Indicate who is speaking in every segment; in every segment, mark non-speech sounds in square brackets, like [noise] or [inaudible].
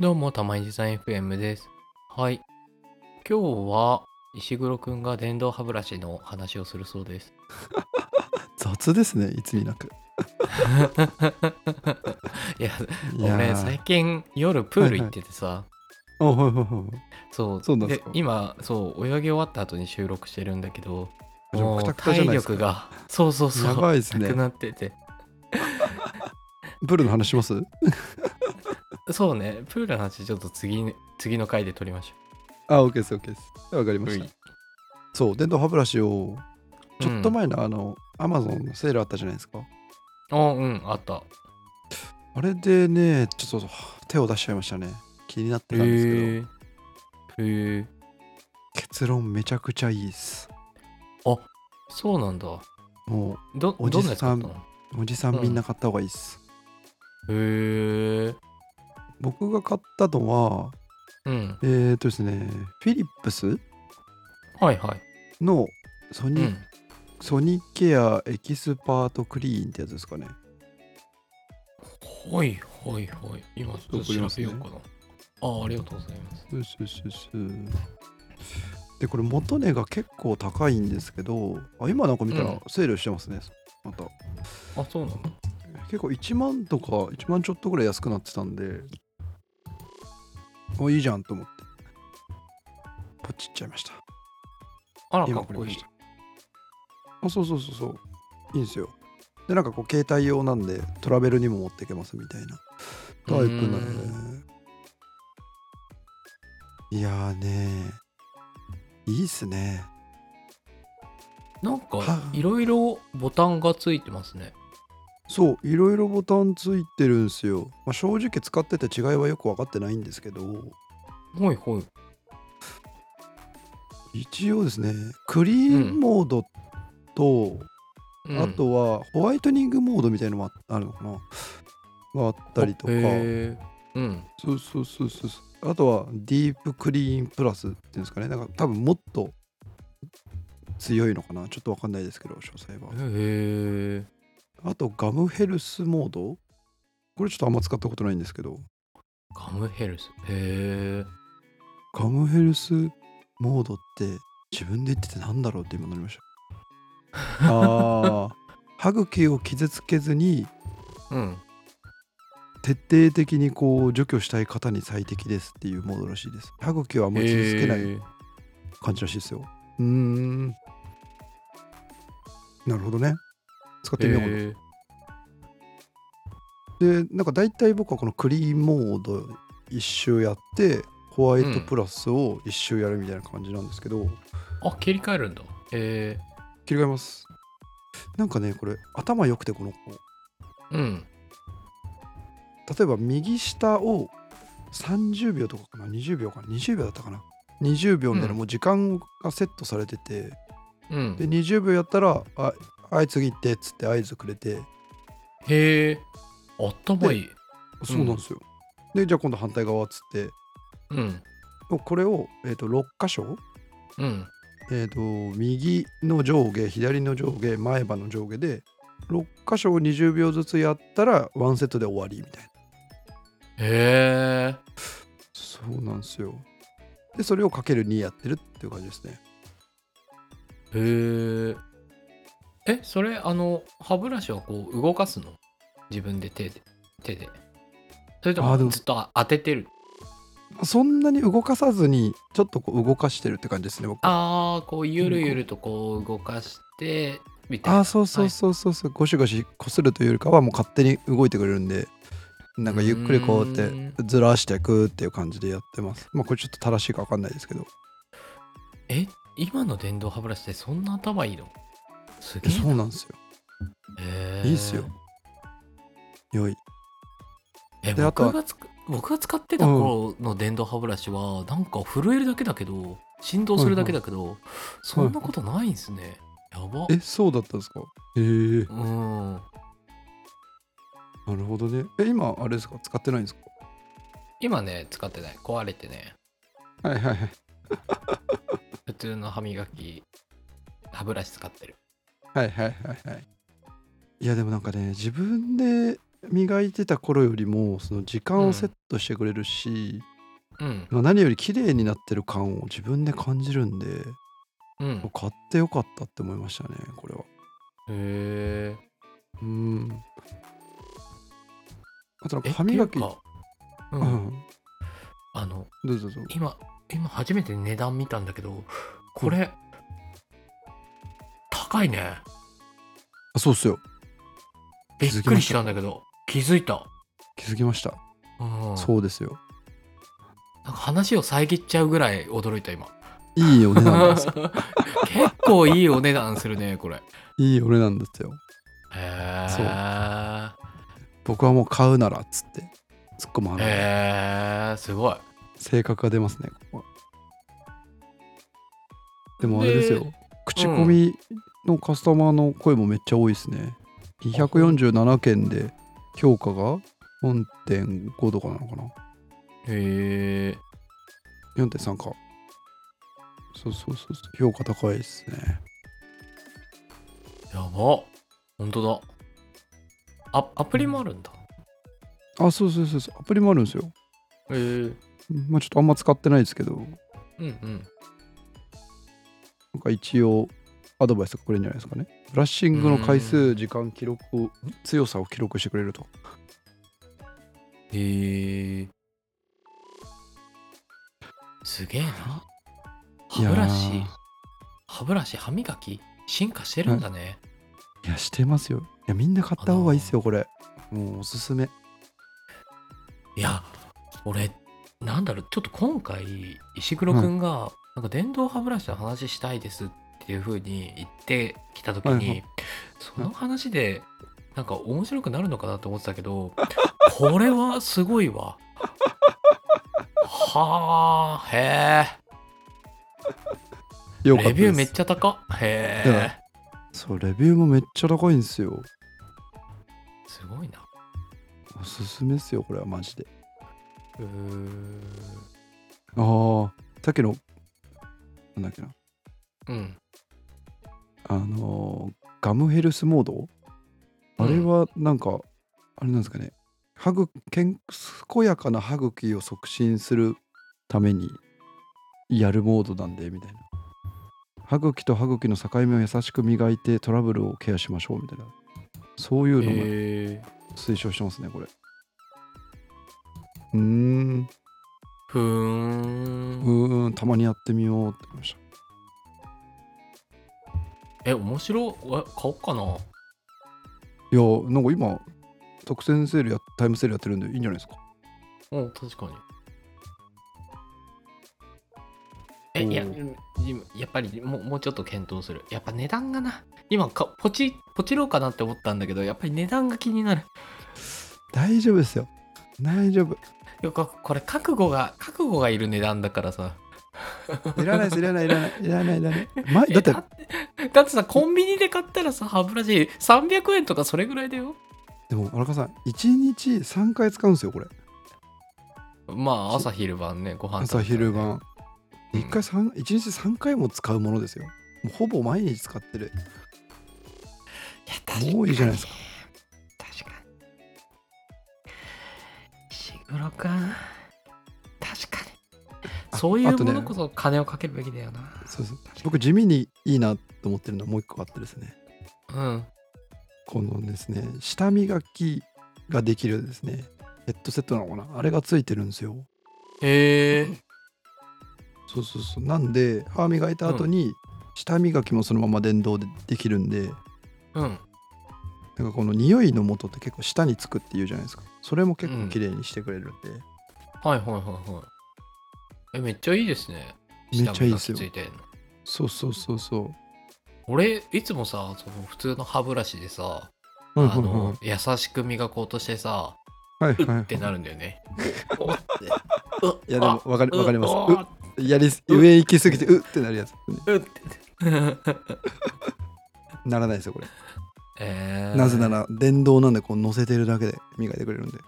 Speaker 1: どうも、たまにデザイン FM です。はい。今日は、石黒くんが電動歯ブラシの話をするそうです。
Speaker 2: 雑ですねいつになく
Speaker 1: いや、
Speaker 2: いや
Speaker 1: 俺、
Speaker 2: ー
Speaker 1: 最近夜プール行っててさ、
Speaker 2: あはいはいはい
Speaker 1: そう、
Speaker 2: そうなんですか
Speaker 1: 今、そう、泳ぎ終わった後に収録してるんだけど、
Speaker 2: で
Speaker 1: も
Speaker 2: もク
Speaker 1: う
Speaker 2: タクタじゃ
Speaker 1: 体
Speaker 2: ないですか
Speaker 1: 力が、そうそうそう、
Speaker 2: やばいです
Speaker 1: な
Speaker 2: ね
Speaker 1: くなってて。
Speaker 2: プールの話します
Speaker 1: そうね、プールの話、ちょっと次ね、次の回で撮りましょ
Speaker 2: あ OK です OK ですわかり
Speaker 1: う。
Speaker 2: ました
Speaker 1: うい
Speaker 2: そう電動歯ブラシをちょっと、
Speaker 1: うん
Speaker 2: 前のあのアマゾンのセールあったじゃないですか
Speaker 1: あ、うん、あった。
Speaker 2: あれでねちょっと手を出しちゃいましたね気になってたんですけど
Speaker 1: へえ。へえ。
Speaker 2: 結論めちゃくちゃいいです
Speaker 1: そうなんだ。
Speaker 2: も
Speaker 1: ど、
Speaker 2: お
Speaker 1: ど
Speaker 2: じ
Speaker 1: んなやつだ
Speaker 2: さ
Speaker 1: っ
Speaker 2: ん
Speaker 1: たの
Speaker 2: うおじさ
Speaker 1: うんん
Speaker 2: みんな買った方がいいです、
Speaker 1: へえ。
Speaker 2: 僕が買ったのは
Speaker 1: うん。
Speaker 2: えー、っとですねフィリップス
Speaker 1: はいはい。
Speaker 2: のソ
Speaker 1: う
Speaker 2: ニー、
Speaker 1: ん。
Speaker 2: ソニーケアエキスパートクリーンってやつですかね
Speaker 1: ほいほいほい。今、ちょっと調べよ
Speaker 2: 送り
Speaker 1: う
Speaker 2: ま
Speaker 1: かな。ああ、ありがとうございます。
Speaker 2: よしよしよしでこれ元値が結構高いんですけどあ今なんか見た
Speaker 1: うん
Speaker 2: らセールしてますね、また
Speaker 1: あ、そうなんだ。
Speaker 2: 結構1万とか1万ちょっとぐらい安くなってたんでおいいじゃんと思ってポチっちゃいました
Speaker 1: あら、か
Speaker 2: 今
Speaker 1: っ
Speaker 2: 送り
Speaker 1: こ
Speaker 2: ま
Speaker 1: いい
Speaker 2: し。たあそうそうそうそういいんですよでなんかこう携帯用なんでトラベルにも持っていけますみたいなタイ
Speaker 1: う
Speaker 2: プな
Speaker 1: ー
Speaker 2: のねいやーねいいっすね
Speaker 1: なんか
Speaker 2: は、
Speaker 1: いろいろボタンがついてますね。
Speaker 2: そういろいろボタンついてるんすよ、まあ、正直使ってて違いはよく分かってないんですけど
Speaker 1: ほいほい。
Speaker 2: 一応ですねクリーンモードと、
Speaker 1: うん
Speaker 2: あとはホワイトニングモードみたいのもああるのかながあったりとか
Speaker 1: へえ。うん。
Speaker 2: そうそうそうそうそうあとはディープクリーンプラスっていうんですかねなんか多分もっと強いのかなちょっと分かんないですけど詳細は
Speaker 1: へえ。
Speaker 2: あとガムヘルスモードこれちょっとあんま使ったことないんですけど
Speaker 1: ガムヘルス。へえ。
Speaker 2: ガムヘルスモードって自分で言っててなんだろうって今なりましたあー歯茎を傷つけずに
Speaker 1: うん。
Speaker 2: 徹底的にこう除去したい方に最適ですっていうモードらしいです歯茎はあんまり傷つけない
Speaker 1: へえ
Speaker 2: 感じらしいですようーんなるほどね使ってみようかな、
Speaker 1: へえ
Speaker 2: でなんか大体僕はこのクリーンモード一周やってホワイトプラスを一周やるみたいな感じなんですけど、
Speaker 1: あ、切り替えるんだ。へえ。
Speaker 2: 切り替えますなんかねこれ頭良くてこの子
Speaker 1: うん。
Speaker 2: 例えば右下を30秒とかかな20秒かな20秒だったかな20秒みたいな
Speaker 1: うん
Speaker 2: もう時間がセットされてて、
Speaker 1: うん
Speaker 2: で。20秒やったら「あはい次行って」っつって合図くれて
Speaker 1: へえ。あったまいい。
Speaker 2: そうなんですよ。でじゃあ今度反対側っつって
Speaker 1: うん。
Speaker 2: もうこれを、えー、と6箇所、
Speaker 1: うん。
Speaker 2: えー、と右の上下左の上下前歯の上下で6箇所を20秒ずつやったらワンセットで終わりみたいな
Speaker 1: へえ。
Speaker 2: そうなんですよ。でそれをかける2やってるっていう感じですね。
Speaker 1: へえ。え、それ、あの、歯ブラシはこう動かすの自分で手で。手で。それと
Speaker 2: あで
Speaker 1: も
Speaker 2: も
Speaker 1: ずっと当ててる。
Speaker 2: そんなに動かさずにちょっとこう動かしてるって感じですね僕あ
Speaker 1: ああ、こう、ゆるゆるとこう動かして、みたいな。
Speaker 2: あそうそうそうそうそう、ゴシゴシこするというよりかはもう勝手に動いてくれるんでなんかゆっくりこうやっ
Speaker 1: うーん
Speaker 2: てずらしていくっていう感じでやってますまあこれちょっと正しいか分かんないですけど
Speaker 1: え、今の電動歯ブラシってそんな頭いいのすげ
Speaker 2: え
Speaker 1: え。
Speaker 2: そうなんですよ
Speaker 1: へえ
Speaker 2: いいっすよ。良い
Speaker 1: え、
Speaker 2: であとは
Speaker 1: 僕がつく僕が使ってた頃の電動歯ブラシは、なんか震えるだけだけど、振動するだけだけど、そんなことないんすね。やば。
Speaker 2: えそうだったんですかへえ
Speaker 1: うん。
Speaker 2: なるほどねえ今あれですか使ってないんですか
Speaker 1: 今ね、使ってない。壊れてね。
Speaker 2: はいはいはい
Speaker 1: 普通の歯磨き、歯ブラシ使ってる。
Speaker 2: はいはいはいはいいやでもなんかね自分で磨いてた頃よりもその時間をセットしてくれるし、
Speaker 1: うん
Speaker 2: まあ何より綺麗になってる感を自分で感じるんで
Speaker 1: うんへ
Speaker 2: 買ってよかったって思いましたねこれは
Speaker 1: え
Speaker 2: うんあとなん
Speaker 1: え
Speaker 2: か歯磨き
Speaker 1: っていうかう
Speaker 2: うんん
Speaker 1: あの
Speaker 2: どうぞどうぞ
Speaker 1: 今今初めて値段見たんだけどこれ、高いね
Speaker 2: あそうっすよ
Speaker 1: びっくりしたんだけど気づいた、
Speaker 2: 気づきました、
Speaker 1: うん、
Speaker 2: そうですよ
Speaker 1: なんか話を遮っちゃうぐらい驚いた今
Speaker 2: いいお値段
Speaker 1: [laughs]
Speaker 2: です
Speaker 1: 結構いいお値段するねこれへ
Speaker 2: いいお値段ですよ
Speaker 1: え
Speaker 2: そう
Speaker 1: へ
Speaker 2: 僕はもう買うならっつって突っ込む話、
Speaker 1: えすごい
Speaker 2: 性格が出ますねここはでもあれですよ
Speaker 1: で
Speaker 2: 口コミのカスタマーの声もめっちゃ多いですね、247件で評価が4.5とかなのかな
Speaker 1: へえ
Speaker 2: 4.3かそうそうそうそう評価高いですね
Speaker 1: やば本当だあアプリもあるんだ
Speaker 2: あそうそうそうそうアプリもあるんですよ
Speaker 1: へえうん
Speaker 2: まあちょっとあんま使ってないですけどな
Speaker 1: うん
Speaker 2: んか一応アドバイスがくれるんじゃないですかねブラッシングの回数時間記録を強さを記録してくれると
Speaker 1: へえすげえない歯
Speaker 2: やー
Speaker 1: ブラシ歯ブラシ歯磨き進化してるんだね、
Speaker 2: いやしてますよいやみんな買った方がいいですよこれもうおすすめ
Speaker 1: いや俺なんだろうちょっと今回石黒くんが、なんか電動歯ブラシの話したいですっていう風に言ってきた時に、
Speaker 2: はいはい
Speaker 1: その話でなんか面白くなるのかなと思ってたけどこれはすごいわはあへえ
Speaker 2: よかった
Speaker 1: レ
Speaker 2: です
Speaker 1: ビューめっちゃ高っへえ
Speaker 2: そうレビューもめっちゃ高いんですよ
Speaker 1: すごいな
Speaker 2: おすすめですよこれはマジで
Speaker 1: うーん
Speaker 2: ああさっきのなんだっけな
Speaker 1: うん
Speaker 2: あのーガムヘルスモードあれはなんか、あれなんですかね歯ぐ健健やかな歯茎を促進するためにやるモードなんでみたいな歯茎と歯茎の境目を優しく磨いてトラブルをケアしましょうみたいなそういうのも
Speaker 1: へえ
Speaker 2: 推奨してますねこれうーん
Speaker 1: ふー
Speaker 2: うんーんたまにやってみようって思いました
Speaker 1: え面白いわ買おうかない
Speaker 2: やなんか今特選セールやタイムセールやってるんでいいんじゃないですか
Speaker 1: うん、確かに。え、
Speaker 2: おー
Speaker 1: いや、うん今やっぱりもうもうちょっと検討する。やっぱ値段がな、今か、ポチ、ポチろうかなって思ったんだけど、やっぱり値段が気になる。
Speaker 2: 大丈夫ですよ大丈夫
Speaker 1: よく、これ、覚悟が、覚悟がいる値段だからさ。
Speaker 2: いらないですいらないいらないいらないいらない前だっ
Speaker 1: え
Speaker 2: て
Speaker 1: だって、だってさ、コンビニで買ったらさ、歯ブラシ300円とかそれぐらいだよ。
Speaker 2: でも荒川さん1日3回使うんですよこれ
Speaker 1: まあ、朝昼晩ね、ご飯食
Speaker 2: 朝
Speaker 1: べたらね
Speaker 2: 昼。晩
Speaker 1: うん
Speaker 2: 1回三一日3回も使うものですよもうほぼ毎日使ってる
Speaker 1: いや確かに
Speaker 2: もういいじゃないですか
Speaker 1: 確かに石黒くん確かに
Speaker 2: あ
Speaker 1: そうい
Speaker 2: あ
Speaker 1: う
Speaker 2: と
Speaker 1: も
Speaker 2: ね
Speaker 1: のこそ金をかけるべきだよな
Speaker 2: そうそう僕地味にいいなと思ってるのはもう一個あってですね
Speaker 1: うん
Speaker 2: このですね舌磨きができるですねヘッドセットなのかなあれがついてるんですよ
Speaker 1: へえ
Speaker 2: そうそうそうなんで歯磨いた後に舌磨きもそのまま電動でできるんで、
Speaker 1: うん
Speaker 2: なんかこの匂いの元って結構舌につくっていうじゃないですかそれも結構綺麗にしてくれるんで、
Speaker 1: はいはいはいはいえめっちゃいいですね
Speaker 2: めっちゃいいですよ
Speaker 1: 下もたついてんの
Speaker 2: そうそうそうそ
Speaker 1: 俺いつもさその普通の歯ブラシでさ
Speaker 2: う
Speaker 1: あ
Speaker 2: はいはい
Speaker 1: の優しく磨こうとしてさ
Speaker 2: はいは
Speaker 1: う
Speaker 2: いは
Speaker 1: っ
Speaker 2: い
Speaker 1: てなるんだよねおおってうっ
Speaker 2: [laughs] いやでもわかるわかります
Speaker 1: うっ
Speaker 2: うっやりす上行きすぎてうってなるやつ
Speaker 1: うっうっって
Speaker 2: ならないですよこれ
Speaker 1: えー
Speaker 2: なぜなら電動なんでこう乗せてるだけで磨いてくれるんで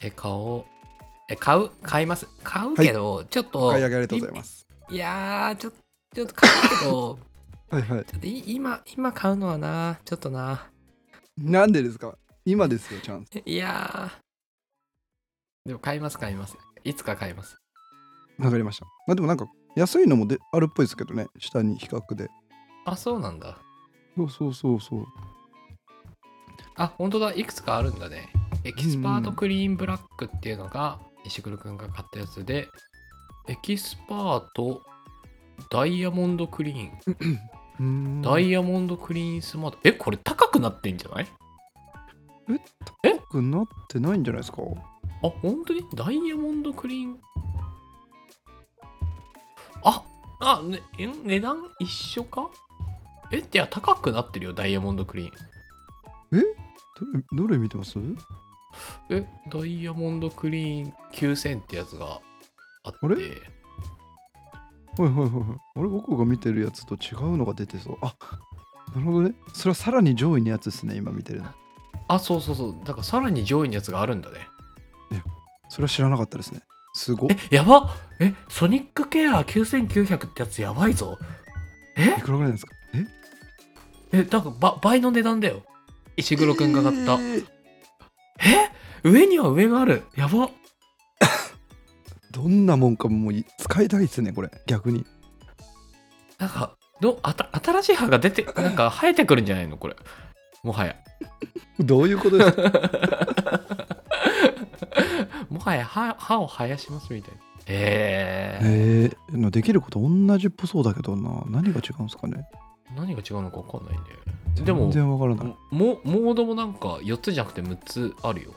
Speaker 1: え、買おう。え、買う買います。買うけど、ちょっと。
Speaker 2: お買い上げありがとうございます
Speaker 1: いいやー、ちょっと。ちょっと買うけど、 [laughs]
Speaker 2: はいはい
Speaker 1: ちょっとい今、今買うのはな、ちょっとな。
Speaker 2: なんでですか今ですよチャンス
Speaker 1: いやーでも買います買いますいつか買います
Speaker 2: わかりましたまあでもなんか安いのもであるっぽいですけどね下に比較で
Speaker 1: あそうなんだ
Speaker 2: そうそうそうそう
Speaker 1: あ本当だいくつかあるんだねエキスパートクリーンブラックっていうのが石黒くんが買ったやつでエキスパートダイヤモンドクリーン、
Speaker 2: うーん
Speaker 1: ダイヤモンドクリーンスマートえこれ高くなってんじゃない
Speaker 2: 高くなってないんじゃないですか
Speaker 1: あ本当にダイヤモンドクリーンああ、ね、え値段一緒かえいや高くなってるよダイヤモンドクリーン
Speaker 2: どどれ見てます
Speaker 1: えダイヤモンドクリーン9000ってやつがあって
Speaker 2: あれはいはいはいはい。あれ、僕が見てるやつと違うのが出てそう。あなるほどね。それはさらに上位のやつですね、今見てるの。
Speaker 1: あそうそうそうだからさらに上位のやつがあるんだね
Speaker 2: それは知らなかったですね。すごっ。
Speaker 1: えやばえソニックケア9900ってやつやばいぞ
Speaker 2: いくらぐらいなんですかえ
Speaker 1: えだからば倍の値段だよ石黒くんが買った、
Speaker 2: えー
Speaker 1: え上には上があるやば
Speaker 2: どんなもんかもうい使いたいですね、これ。逆に。
Speaker 1: なんかどあた新しい歯が
Speaker 2: [laughs]
Speaker 1: 出てなんか生えてくるんじゃないのこれもはや [laughs]
Speaker 2: どういうことですか
Speaker 1: もはや歯歯を生やしますみたいなえー、
Speaker 2: えー、のできること同じっぽそうだけどな。何が違うんですかね
Speaker 1: 何が違うのか分かんないねでも
Speaker 2: 全然わからない。
Speaker 1: もモードもなんか4つじゃなくて6つあるよ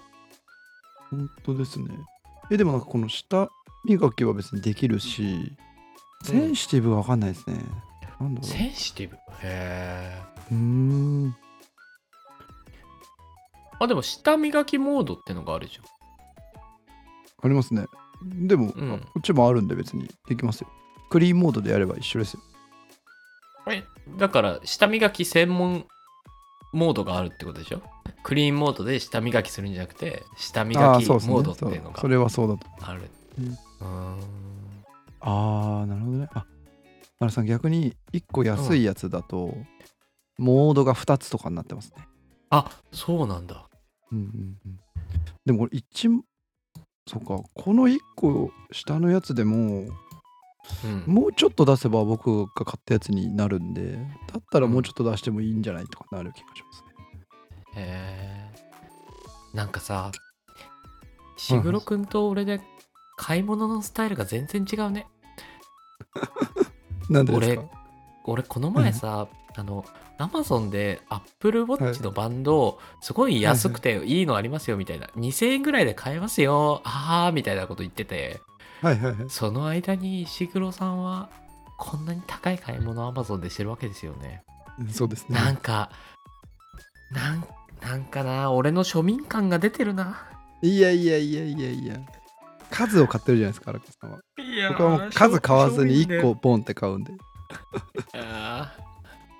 Speaker 2: 本当ですね。え、でもなんかこの下磨きは別にできるし、センシティブはわかんないですね。なんだろう。
Speaker 1: センシティブへえ
Speaker 2: うーん。
Speaker 1: あでも舌磨きモードってのがあるじ
Speaker 2: ありますね。でも、
Speaker 1: うん
Speaker 2: あこっちもあるんで別にできますよ。クリーンモードでやれば一緒ですよ。
Speaker 1: ゃんえだから舌磨き専門モードがあるってことでしょクリーンモードで舌磨きするんじゃなくて舌磨
Speaker 2: ああー、
Speaker 1: き
Speaker 2: そうですね。
Speaker 1: モードっていうの
Speaker 2: そう
Speaker 1: が
Speaker 2: それはそうだと。
Speaker 1: ある
Speaker 2: うん
Speaker 1: うーん
Speaker 2: ああ、なるほどね。あ、マラさん逆に1個安いやつだと、モードが2つとかになってますね。
Speaker 1: あそうなんだ
Speaker 2: うんうんうん。でもこれ1、そうか、この1個下のやつでも、
Speaker 1: うん
Speaker 2: もうちょっと出せば僕が買ったやつになるんで、だったらもうちょっと出してもいいんじゃないとかなる気がしますね。
Speaker 1: へえなんかさ石黒くんと俺で買い物のスタイルが全然違うね
Speaker 2: なんでですか
Speaker 1: 俺俺この前さ、あのアマゾンでアップルウォッチのバンド、すごい安くていいのありますよみたいな、2000円ぐらいで買えますよあーみたいなこと言ってて
Speaker 2: はいはいはい。
Speaker 1: その間に石黒さんはこんなに高い買い物アマゾンでしてるわけですよね、
Speaker 2: そうですね。
Speaker 1: なんかなんなんかな俺の庶民感が出てるない
Speaker 2: やいやいやいやいや。数を買ってるじゃないですか、荒川さんは。
Speaker 1: いや
Speaker 2: 僕はもう数買わずに1個ボンって買うんで。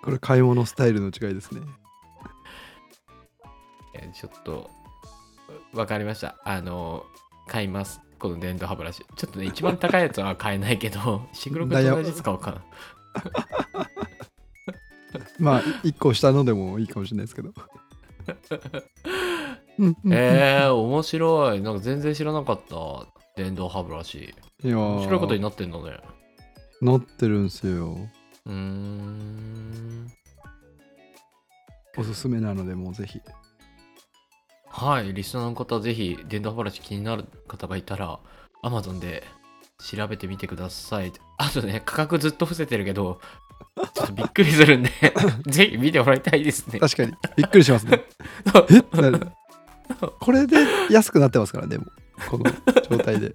Speaker 2: これ買い物スタイルの違いですね。
Speaker 1: えーちょっと、わかりました。あの、買います。この電動歯ブラシ。ちょっとね、一番高いやつは買えないけど、 [laughs] シンクロ君と同じやつ買おうかな。
Speaker 2: まあ、1個下のでもいいかもしれないですけど。うんうん
Speaker 1: えー、面白い。なんか全然知らなかった。電動歯ブラシ。
Speaker 2: いや
Speaker 1: 面白いことに
Speaker 2: ー
Speaker 1: なってんだね。
Speaker 2: なってるんすよ。
Speaker 1: うーん。
Speaker 2: おすすめなので、もうぜひ。
Speaker 1: はい、リスナーの方、ぜひ、電動歯ブラシ気になる方がいたら、Amazon で調べてみてください。あとね、価格ずっと伏せてるけど、ちょっとびっくりする
Speaker 2: [laughs]
Speaker 1: んで、ぜひ見てもらいたいですね。
Speaker 2: 確かに、びっくりします
Speaker 1: [laughs]
Speaker 2: ね。えなるこれで安くなってますからね、もうこの状態で。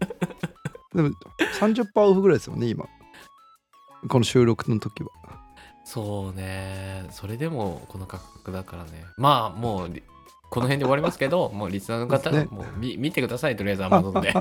Speaker 2: でも、30%オフぐらいですよね、今。この収録の時は。
Speaker 1: そうねそれでもこの価格だからねまあもうりこの辺で終わりますけどもうリスナーの方
Speaker 2: そうです
Speaker 1: もう見見てくださいとりあえず Amazon で